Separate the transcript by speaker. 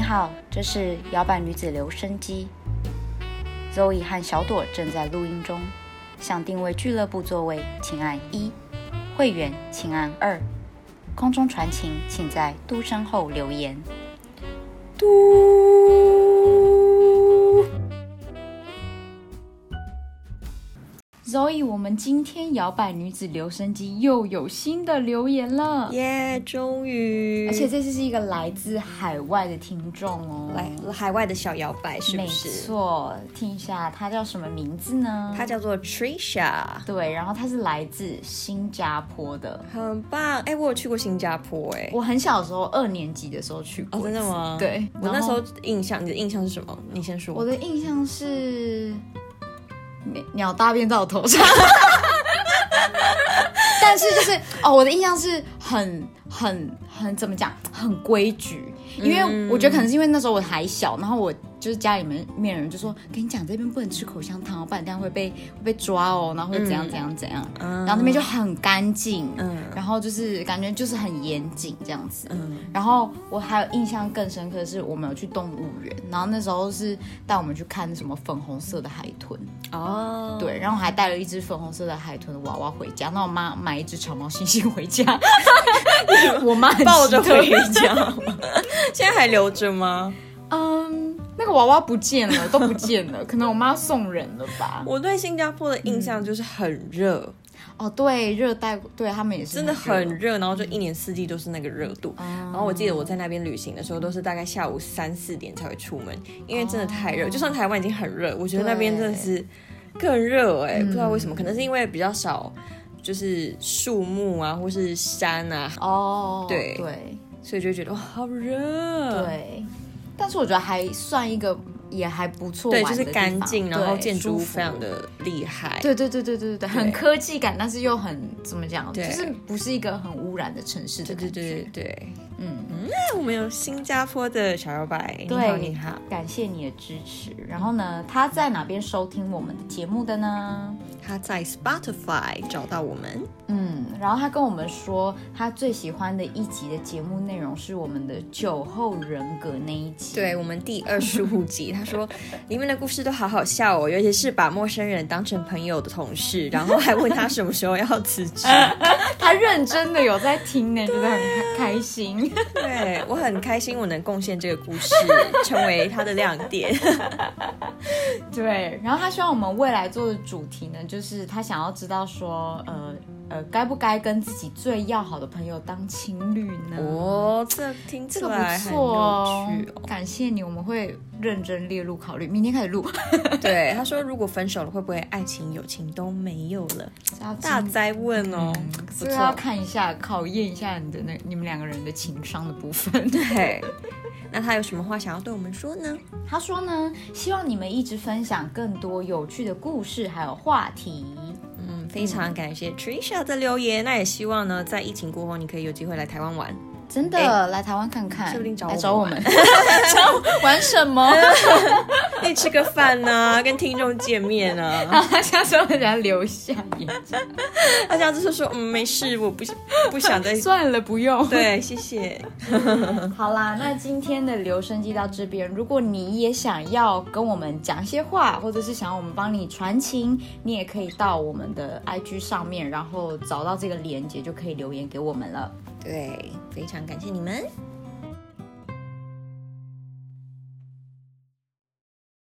Speaker 1: 好，这是摇摆女子留声机。Zoe 和小朵正在录音中。想定位俱乐部座位，请按一；会员，请按二。空中传情，请在嘟声后留言。
Speaker 2: 嘟。
Speaker 3: Zoe，我们今天摇摆女子留声机又有新的留言了，
Speaker 2: 耶，终于！
Speaker 3: 而且这次是一个来自海外的听众哦。
Speaker 2: 来海外的小摇摆是
Speaker 3: 没
Speaker 2: 不是？
Speaker 3: 错，听一下她叫什么名字呢？
Speaker 2: 它叫做 Trisha，
Speaker 3: 对，然后她是来自新加坡的。
Speaker 2: 很棒。哎，我有去过新加坡，哎，
Speaker 3: 我很小的时候，二年级的时候去过
Speaker 2: 哦，
Speaker 3: 一次、
Speaker 2: 真的吗？
Speaker 3: 对，
Speaker 2: 我那
Speaker 3: 然
Speaker 2: 时
Speaker 3: 后
Speaker 2: 候印象，你的印象是什么？你先说。
Speaker 3: 我的印象是鸟鸟大便到我头上，但是就是哦，我的印象是很很很怎么讲，很规矩，因为
Speaker 2: 嗯
Speaker 3: 我觉得可能是因为那时候我还小，然后我。就是家里面面人就说，跟你讲这边不能吃口香糖哦，不然这样会被会被抓哦，然后会怎样怎样怎样。
Speaker 2: 嗯
Speaker 3: 然后那边就很干净，
Speaker 2: 嗯
Speaker 3: 然后就是感觉就是很严谨这样子。
Speaker 2: 嗯
Speaker 3: 然后我还有印象更深刻的是，我们有去动物园，然后那时候是带我们去看什么粉红色的海豚，
Speaker 2: 哦，
Speaker 3: 对，然后我还带了一只粉红色的海豚的娃娃回家，那我妈买一只长毛猩猩回 家，我妈很
Speaker 2: 抱着
Speaker 3: 心疼
Speaker 2: 回，家， 现在还留着吗？
Speaker 3: 嗯，那个娃娃不见了，都不见了，可能我妈送人了 吧？
Speaker 2: 我对新加坡的印象就是很热，
Speaker 3: 哦，对，热带，对他们也是
Speaker 2: 真的
Speaker 3: 热嗯
Speaker 2: 很哦热，然后就一年四季都是那个热度。然后我记
Speaker 3: 哦
Speaker 2: 得我在那边旅行的时候，都是大概下午三四点才会出门，因为真的太
Speaker 3: 哦
Speaker 2: 热。就算台湾已经很热，我觉得那边真的是更热哎、不知道为什么，可能是
Speaker 3: 嗯
Speaker 2: 因为比较少就是树木啊，或是山啊，
Speaker 3: 哦，
Speaker 2: 对
Speaker 3: 对
Speaker 2: 所以就会觉得哇好热。
Speaker 3: 对，但是我觉得还算一个也还不错玩
Speaker 2: 对，
Speaker 3: 的
Speaker 2: 就
Speaker 3: 地方，
Speaker 2: 是干净，然后
Speaker 3: 对
Speaker 2: 建
Speaker 3: 舒
Speaker 2: 筑
Speaker 3: 服
Speaker 2: 非常的厉害。
Speaker 3: 对对对对对对，很科技感，但是又很怎么讲，就
Speaker 2: 对
Speaker 3: 是不是一个很污染的城市的
Speaker 2: 对
Speaker 3: 感
Speaker 2: 对
Speaker 3: 觉。
Speaker 2: 对对对，
Speaker 3: 嗯
Speaker 2: 嗯，那我们有新加坡的小摇摆，你好
Speaker 3: 对
Speaker 2: 你好，
Speaker 3: 感谢你的支持。然后呢，他在哪边收听我们的节目的呢？
Speaker 2: 他在 Spotify 找到我们，
Speaker 3: 嗯，然后他跟我们说，他最喜欢的一集的节目内容是我们的酒后人格那一集。
Speaker 2: 对我们第二十五 集，他说里面的故事都好好笑哦，尤其是把陌生人当成朋友的同事，然后还问他什么时候要辞 职。
Speaker 3: 他认真的有在听呢，觉得很开心。
Speaker 2: 对我很开心，我能贡献这个故事，成为他的亮点。
Speaker 3: 对，然后他希望我们未来做的主题呢，就是他想要知道说，呃呃，该不该跟自己最要好的朋友当情侣呢？
Speaker 2: 哦，这听
Speaker 3: 这
Speaker 2: 起
Speaker 3: 个
Speaker 2: 来
Speaker 3: 不
Speaker 2: 很
Speaker 3: 错哦
Speaker 2: 有趣哦。
Speaker 3: 感谢你，我们会认真列入考虑。明天开始录，
Speaker 2: 对，他说如果分手了，会不会爱情、友情都没有了？
Speaker 3: 要
Speaker 2: 大
Speaker 3: 进
Speaker 2: 灾问哦，不
Speaker 3: 这个要
Speaker 2: 错。
Speaker 3: 看一下，考验一下你的那你们两个人的情商的部分。
Speaker 2: 对， 那他有什么话想要对我们说呢？
Speaker 3: 他说呢，希望你们一直分享更多有趣的故事还有话题。
Speaker 2: 嗯，非常感谢 Trisha 的留言。那也希望呢，在疫情过后，你可以有机会来台湾玩。
Speaker 3: 真的、
Speaker 2: 哎
Speaker 3: 来台湾看看，
Speaker 2: 说不定找
Speaker 3: 来
Speaker 2: 我
Speaker 3: 找我
Speaker 2: 们
Speaker 3: 们， 找玩什么？
Speaker 2: 可以吃个饭呐、跟听众见面啊。
Speaker 3: 他下次会给他留下眼睛。
Speaker 2: 大家就是说，嗯，没事，我不不想 再。
Speaker 3: 算了，不用。
Speaker 2: 哎对，谢谢。
Speaker 3: 好啦，那今天的留声机到这边。如果你也想要跟我们讲一些话，或者是想要我们帮你传情，你也可以到我们的 IG 上面，然后找到这个链接就可以留言给我们了。
Speaker 2: 对，非常感谢你们。